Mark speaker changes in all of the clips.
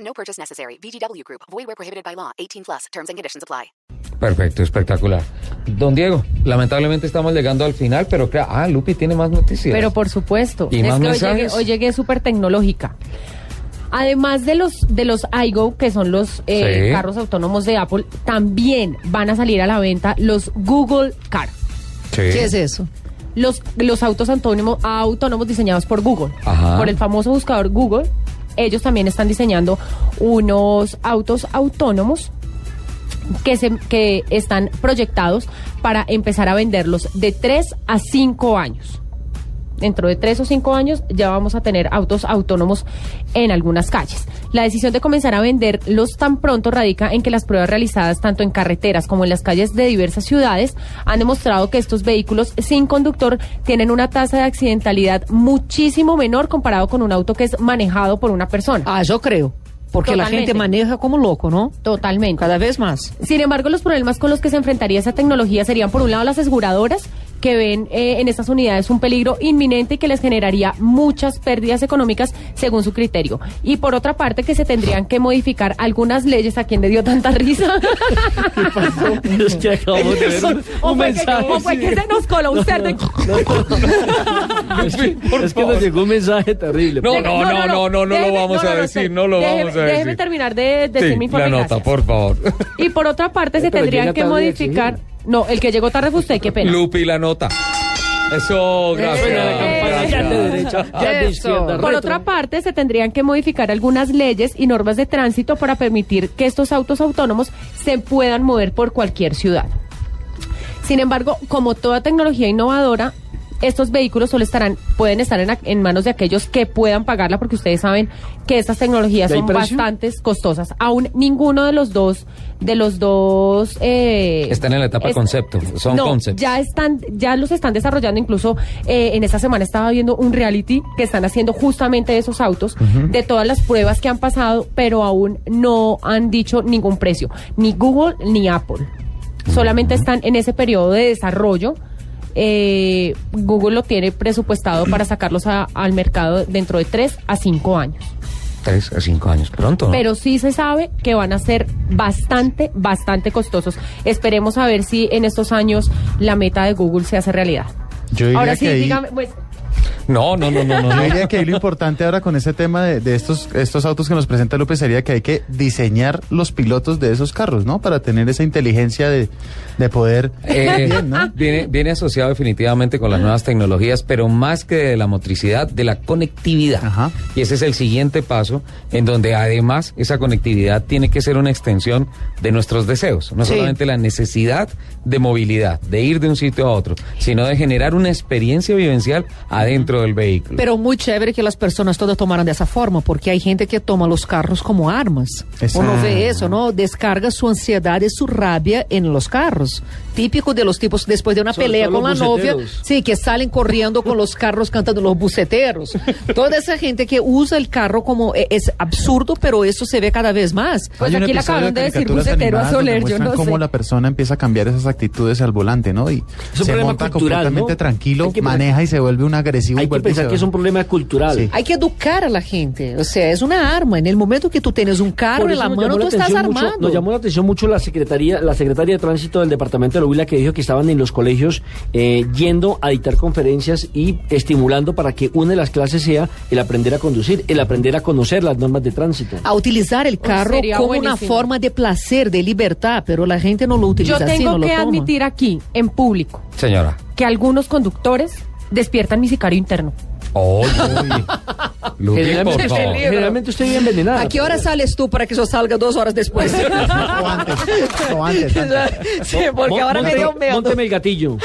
Speaker 1: No purchase necessary. VGW Group. Void where prohibited by law. 18 plus. Terms and conditions apply.
Speaker 2: Perfecto, espectacular. Don Diego, lamentablemente estamos llegando al final, pero crea, ah, Lupi tiene más noticias.
Speaker 3: Pero por supuesto,
Speaker 2: ¿Y
Speaker 3: es
Speaker 2: más
Speaker 3: que hoy
Speaker 2: mensajes?
Speaker 3: llegué, hoy llegué súper tecnológica. Además de los de los iGo, que son los eh,
Speaker 2: Sí.
Speaker 3: carros autónomos de Apple, también van a salir a la venta los Google Car.
Speaker 2: Sí.
Speaker 4: ¿Qué es eso?
Speaker 3: Los, los autos autónomos, autónomos diseñados por Google,
Speaker 2: Ajá.
Speaker 3: por el famoso buscador Google. Ellos también están diseñando unos autos autónomos que, se, que están proyectados para empezar a venderlos de 3 a 5 años. Dentro de 3 o 5 años ya vamos a tener autos autónomos en algunas calles. La decisión de comenzar a venderlos tan pronto radica en que las pruebas realizadas tanto en carreteras como en las calles de diversas ciudades han demostrado que estos vehículos sin conductor tienen una tasa de accidentalidad muchísimo menor comparado con un auto que es manejado por una persona.
Speaker 4: Ah, yo creo. Porque la
Speaker 3: Totalmente.
Speaker 4: gente maneja como loco, ¿no?
Speaker 3: Totalmente.
Speaker 4: Cada vez más.
Speaker 3: Sin embargo, los problemas con los que se enfrentaría esa tecnología serían, por un lado, las aseguradoras que ven eh, en estas unidades un peligro inminente y que les generaría muchas pérdidas económicas según su criterio. Y por otra parte, que se tendrían que modificar algunas leyes a quien le dio tanta risa.
Speaker 5: Es que acabamos de ver un,
Speaker 3: o fue, que,
Speaker 5: mensaje.
Speaker 3: o fue que se nos coló un cerdo. y-
Speaker 5: Es que- es que nos llegó un mensaje terrible.
Speaker 2: No, no, no, no, no, no lo
Speaker 3: Déjeme-
Speaker 2: vamos a
Speaker 3: no,
Speaker 2: decir, no lo
Speaker 3: déjeme-
Speaker 2: vamos a
Speaker 3: Déjeme
Speaker 2: decir.
Speaker 3: terminar de, de
Speaker 2: Sí,
Speaker 3: decir mi
Speaker 2: la
Speaker 3: información.
Speaker 2: nota, por favor.
Speaker 3: Y por otra parte, se
Speaker 5: Eh, Pero
Speaker 3: tendrían
Speaker 5: llega
Speaker 3: que
Speaker 5: tarde,
Speaker 3: modificar... No, el que llegó tarde fue usted, qué pena. Eh,
Speaker 2: Lupi, la nota. Eso, gracias.
Speaker 5: Suena la campana, ya de
Speaker 2: gracias.
Speaker 5: derecha, ya de
Speaker 4: Eso.
Speaker 5: izquierda.
Speaker 3: Por
Speaker 5: retro.
Speaker 3: otra parte, se tendrían que modificar algunas leyes y normas de tránsito para permitir que estos autos autónomos se puedan mover por cualquier ciudad. Sin embargo, como toda tecnología innovadora, estos vehículos solo estarán, pueden estar en, ac- en manos de aquellos que puedan pagarla, porque ustedes saben que estas tecnologías
Speaker 5: ¿Y hay
Speaker 3: son
Speaker 5: precio?
Speaker 3: bastante costosas. Aún ninguno de los dos, de los dos eh,
Speaker 2: Están en la etapa concepto, son
Speaker 3: no,
Speaker 2: concepts.
Speaker 3: Ya están, ya los están desarrollando. Incluso eh, en esta semana estaba viendo un reality que están haciendo justamente de esos autos, de todas las pruebas que han pasado, pero aún no han dicho ningún precio, ni Google ni Apple. Solamente están en ese periodo de desarrollo. Eh, Google lo tiene presupuestado para sacarlos a- al mercado dentro de 3 a 5 años.
Speaker 2: Tres a cinco años, pronto. ¿no?
Speaker 3: Pero sí se sabe que van a ser bastante, bastante costosos. Esperemos a ver si en estos años la meta de Google se hace realidad.
Speaker 6: Yo diría,
Speaker 3: Ahora sí,
Speaker 6: que ahí,
Speaker 3: dígame, pues,
Speaker 2: No, no, no, no, no.
Speaker 6: yo
Speaker 2: no.
Speaker 6: diría que ahí lo importante ahora con ese tema de, de estos, estos autos que nos presenta López sería que hay que diseñar los pilotos de esos carros, ¿no? Para tener esa inteligencia de, de poder.
Speaker 2: Eh,
Speaker 6: Bien, ¿no?
Speaker 2: viene, viene asociado definitivamente con las nuevas tecnologías, pero más que de la motricidad, de la conectividad.
Speaker 6: Ajá.
Speaker 2: Y ese es el siguiente paso, en donde además esa conectividad tiene que ser una extensión de nuestros deseos, no
Speaker 4: Sí.
Speaker 2: solamente la necesidad de movilidad, de ir de un sitio a otro, sino de generar una experiencia vivencial adentro del vehículo.
Speaker 4: Pero muy chévere que las personas todas tomaran de esa forma, porque hay gente que toma los carros como armas.
Speaker 6: Exacto.
Speaker 4: Uno ve eso, ¿no? Descarga su ansiedad y su rabia en los carros. Típico de los tipos después de una
Speaker 5: Sobre
Speaker 4: pelea
Speaker 5: todo
Speaker 4: con la
Speaker 5: los
Speaker 4: novia,
Speaker 5: buceteros.
Speaker 4: sí, que salen corriendo con los carros cantando los buceteros. Toda esa gente que usa el carro como eh, es absurdo, pero eso se ve cada vez más.
Speaker 3: pues
Speaker 6: Hay un
Speaker 3: aquí le
Speaker 6: episodio
Speaker 3: acabaron de decir
Speaker 6: caricaturas
Speaker 3: bucetero a
Speaker 6: animadas donde
Speaker 3: Soler, yo
Speaker 6: muestran
Speaker 3: no
Speaker 6: cómo
Speaker 3: sé.
Speaker 6: la persona empieza a cambiar esas actitudes al volante, ¿no? Y
Speaker 5: Es un
Speaker 6: se
Speaker 5: problema
Speaker 6: monta
Speaker 5: cultural,
Speaker 6: completamente
Speaker 5: ¿no? Hay
Speaker 6: tranquilo,
Speaker 5: que-
Speaker 6: maneja y se vuelve un agresivo. y
Speaker 5: Hay que
Speaker 6: vuelve y
Speaker 5: pensar
Speaker 6: se
Speaker 5: que es
Speaker 6: va.
Speaker 5: un problema cultural.
Speaker 6: Sí.
Speaker 4: Hay que educar a la gente. O sea, es una arma. En el momento que tú tienes un carro
Speaker 5: Por
Speaker 4: en
Speaker 5: eso
Speaker 4: la
Speaker 5: nos
Speaker 4: mano,
Speaker 5: llamó
Speaker 4: tú
Speaker 5: la
Speaker 4: estás
Speaker 5: atención mucho-
Speaker 4: armado.
Speaker 5: nos llamó la atención mucho la secretaría, la secretaria de tránsito del departamento de la Huila que dijo que estaban en los colegios eh, yendo a dictar conferencias y estimulando para que una de las clases sea el aprender a conducir, el aprender a conocer las normas de tránsito.
Speaker 4: a utilizar el carro
Speaker 3: sería
Speaker 4: como una
Speaker 3: buenísimo.
Speaker 4: forma de placer, de libertad, pero la gente no lo utiliza
Speaker 3: Yo
Speaker 4: así, no
Speaker 3: tengo
Speaker 4: lo
Speaker 3: que
Speaker 4: toma.
Speaker 3: admitir aquí, en público,
Speaker 2: Señora.
Speaker 3: que algunos conductores despiertan mi sicario interno.
Speaker 2: Oye, Lupi, por
Speaker 5: Generalmente,
Speaker 2: favor.
Speaker 5: generalmente usted vive envenenada.
Speaker 4: ¿A qué hora sales tú para que yo salga dos horas después?
Speaker 6: O antes, o antes, antes.
Speaker 4: sí, porque ahora me dio
Speaker 5: Mónteme-
Speaker 4: miedo.
Speaker 5: Mónteme el gatillo.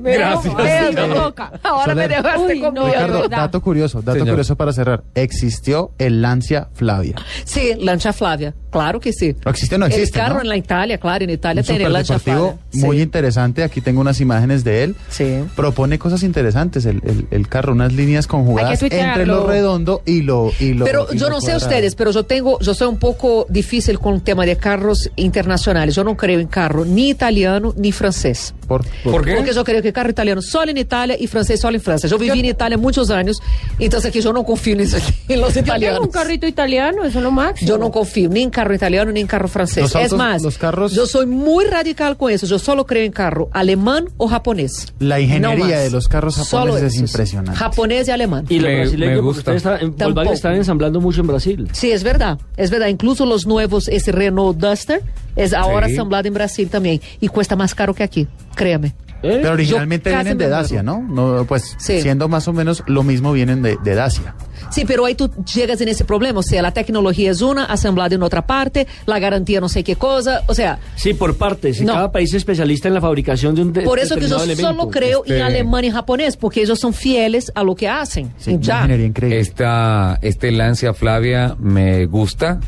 Speaker 4: Me dio
Speaker 2: Gracias.
Speaker 4: miedo. Ahora me
Speaker 2: Soler.
Speaker 4: dejaste
Speaker 3: Uy,
Speaker 4: con
Speaker 3: no,
Speaker 4: miedo.
Speaker 6: Ricardo,
Speaker 3: verdad.
Speaker 6: dato curioso, dato
Speaker 2: Señor.
Speaker 6: curioso para cerrar. Existió el Lancia Flavia.
Speaker 4: Sí, lancha Flavia, claro que sí.
Speaker 6: ¿No existe o no existe?
Speaker 4: El carro
Speaker 6: no?
Speaker 4: en la Italia, claro, en Italia
Speaker 6: Un
Speaker 4: tiene lancha Flavia.
Speaker 6: superdeportivo muy interesante. Aquí tengo unas imágenes de él.
Speaker 4: Sí.
Speaker 6: Propone cosas interesantes el, el- el carro, unas líneas conjugadas
Speaker 3: Hay que
Speaker 6: entre
Speaker 3: tuitearlo.
Speaker 6: lo redondo y lo. Y lo
Speaker 4: Pero
Speaker 6: y
Speaker 4: yo
Speaker 6: lo
Speaker 4: no sé
Speaker 6: cuadrado.
Speaker 4: ustedes, pero yo tengo, yo soy un poco difícil con el tema de carros internacionales. Yo no creo en carro ni italiano ni francés.
Speaker 6: Por, por-
Speaker 2: ¿Por qué?
Speaker 4: Porque yo creo que carro italiano solo en Italia y francés solo en Francia. Yo viví en Italia muchos años, entonces aquí yo no confío en eso, en los
Speaker 3: Yo tengo
Speaker 4: italianos.
Speaker 3: un carrito italiano, eso es lo máximo.
Speaker 4: Yo no confío ni en carro italiano ni en carro francés.
Speaker 6: Los
Speaker 4: es
Speaker 6: autos-
Speaker 4: más,
Speaker 6: los carros-
Speaker 4: yo soy muy radical con eso. Yo solo creo en carro alemán o japonés.
Speaker 6: La ingeniería
Speaker 4: más.
Speaker 6: de los carros
Speaker 4: Solo
Speaker 6: japoneses es
Speaker 4: esos.
Speaker 6: impresionante.
Speaker 4: Japonés y alemán.
Speaker 5: Y los
Speaker 2: Me- me
Speaker 5: brasileños, porque
Speaker 2: gusta.
Speaker 5: ustedes están, en-
Speaker 4: Tampoco.
Speaker 5: Volkswagen están ensamblando mucho en Brasil.
Speaker 4: Sí, es verdad, es verdad. Incluso los nuevos, ese Renault Duster, es ahora
Speaker 2: Sí.
Speaker 4: assemblado en Brasil también y cuesta más caro que aquí, créame.
Speaker 5: ¿Eh?
Speaker 6: Pero originalmente
Speaker 4: casi
Speaker 6: vienen
Speaker 4: me
Speaker 6: de
Speaker 4: muero.
Speaker 6: Dacia, ¿no? no pues
Speaker 4: Sí.
Speaker 6: siendo más o menos lo mismo vienen de, de Dacia.
Speaker 4: Sí, pero ahí tú llegas en ese problema, o sea, la tecnología es una, asemblada en otra parte, la garantía no sé qué cosa, o sea,
Speaker 5: Sí, por partes.
Speaker 4: No.
Speaker 5: Cada país es especialista en la fabricación de un de-
Speaker 4: por eso que yo
Speaker 5: determinado
Speaker 4: solo
Speaker 5: elemento.
Speaker 4: creo
Speaker 2: Este-
Speaker 4: en alemán y japonés, porque ellos son fieles a lo que hacen.
Speaker 6: Sí, una
Speaker 4: ya.
Speaker 6: ingeniería increíble.
Speaker 2: Esta, este Lancia Flavia me gusta,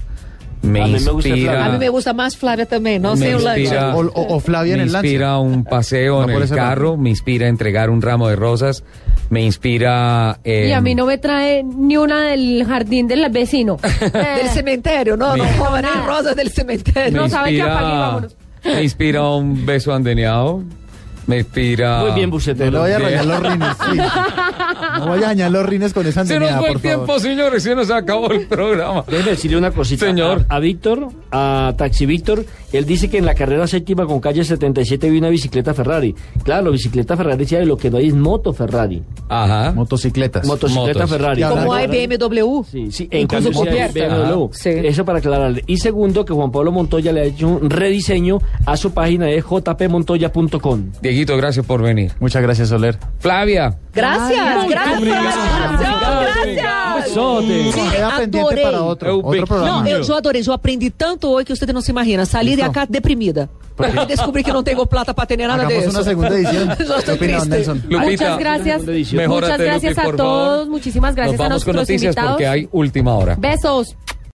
Speaker 2: me
Speaker 5: A mí me gusta el
Speaker 2: inspira.
Speaker 5: Flavia.
Speaker 4: A mí me gusta más Flavia también, no
Speaker 2: me
Speaker 4: sé,
Speaker 2: inspira-
Speaker 6: O- o- o Flavia en
Speaker 2: me
Speaker 6: el Lancia.
Speaker 2: inspira un paseo
Speaker 6: No
Speaker 2: en
Speaker 6: por
Speaker 2: el
Speaker 6: ese
Speaker 2: carro, me inspira entregar un ramo de rosas, me inspira...
Speaker 3: Y a
Speaker 2: em,
Speaker 3: mí no me trae ni una del jardín del vecino. Eh,
Speaker 4: Del cementerio, no, no,
Speaker 2: Me-
Speaker 4: joven, ni rosas del
Speaker 2: me
Speaker 4: cementerio.
Speaker 3: No sabe qué, apague y vámonos.
Speaker 2: Me inspira un beso andeneado, me inspira...
Speaker 5: Muy bien,
Speaker 6: No
Speaker 5: bucetero.
Speaker 6: le vaya a rayar los rines. sí. No vaya a dañar los rines con esa
Speaker 2: Se nos
Speaker 6: antenada,
Speaker 2: fue el
Speaker 6: por favor.
Speaker 2: tiempo, señores, se nos acabó el programa.
Speaker 5: Déjeme decirle una cosita.
Speaker 2: Señor.
Speaker 5: A, a Víctor, a Taxi Víctor, él dice que en la carrera séptima con calle 77 vi una bicicleta Ferrari. Claro, bicicleta Ferrari, sí, hay, lo que no hay es moto Ferrari.
Speaker 2: Ajá.
Speaker 6: Motocicletas.
Speaker 5: Motocicleta
Speaker 2: Motos.
Speaker 5: Ferrari.
Speaker 6: Y
Speaker 4: Como
Speaker 6: hablando-
Speaker 4: hay BMW.
Speaker 5: Sí, sí, en
Speaker 4: Incluso
Speaker 5: cambio sí hay
Speaker 4: cubierta.
Speaker 5: BMW.
Speaker 4: Ajá. Sí.
Speaker 5: Eso para aclararle. Y segundo, que Juan Pablo Montoya le ha hecho un rediseño a su página de jpmontoya.com.
Speaker 2: Dieguito, gracias por venir.
Speaker 6: Muchas gracias, Soler.
Speaker 2: Flavia.
Speaker 4: Gracias, gracias, Ah, gracias, gracias.
Speaker 5: Besote.
Speaker 4: Sí,
Speaker 6: Queda pendiente
Speaker 4: adorei.
Speaker 6: para otro,
Speaker 2: Eu
Speaker 6: otro
Speaker 2: pequinho.
Speaker 6: programa.
Speaker 4: Não, eu, eu adorei. Eu aprendi tanto hoje que você não se imagina. Saí de
Speaker 6: Listo.
Speaker 4: acá deprimida. Porque eu descobri que não tenho plata para ter nada
Speaker 6: Hagamos
Speaker 4: disso.
Speaker 6: una segunda edición.
Speaker 4: Yo estoy
Speaker 6: ¿Qué opina,
Speaker 4: triste.
Speaker 6: don Nelson?
Speaker 2: Lupita,
Speaker 3: Muchas gracias.
Speaker 5: segunda edición.
Speaker 2: Mejórate,
Speaker 3: Muchas gracias
Speaker 2: Lupi,
Speaker 3: a
Speaker 2: por
Speaker 3: todos.
Speaker 2: favor.
Speaker 3: Muchísimas gracias
Speaker 2: Nos
Speaker 3: a
Speaker 2: vamos
Speaker 3: nuestros
Speaker 2: con noticias
Speaker 3: invitados.
Speaker 2: porque hay última hora.
Speaker 3: Besos.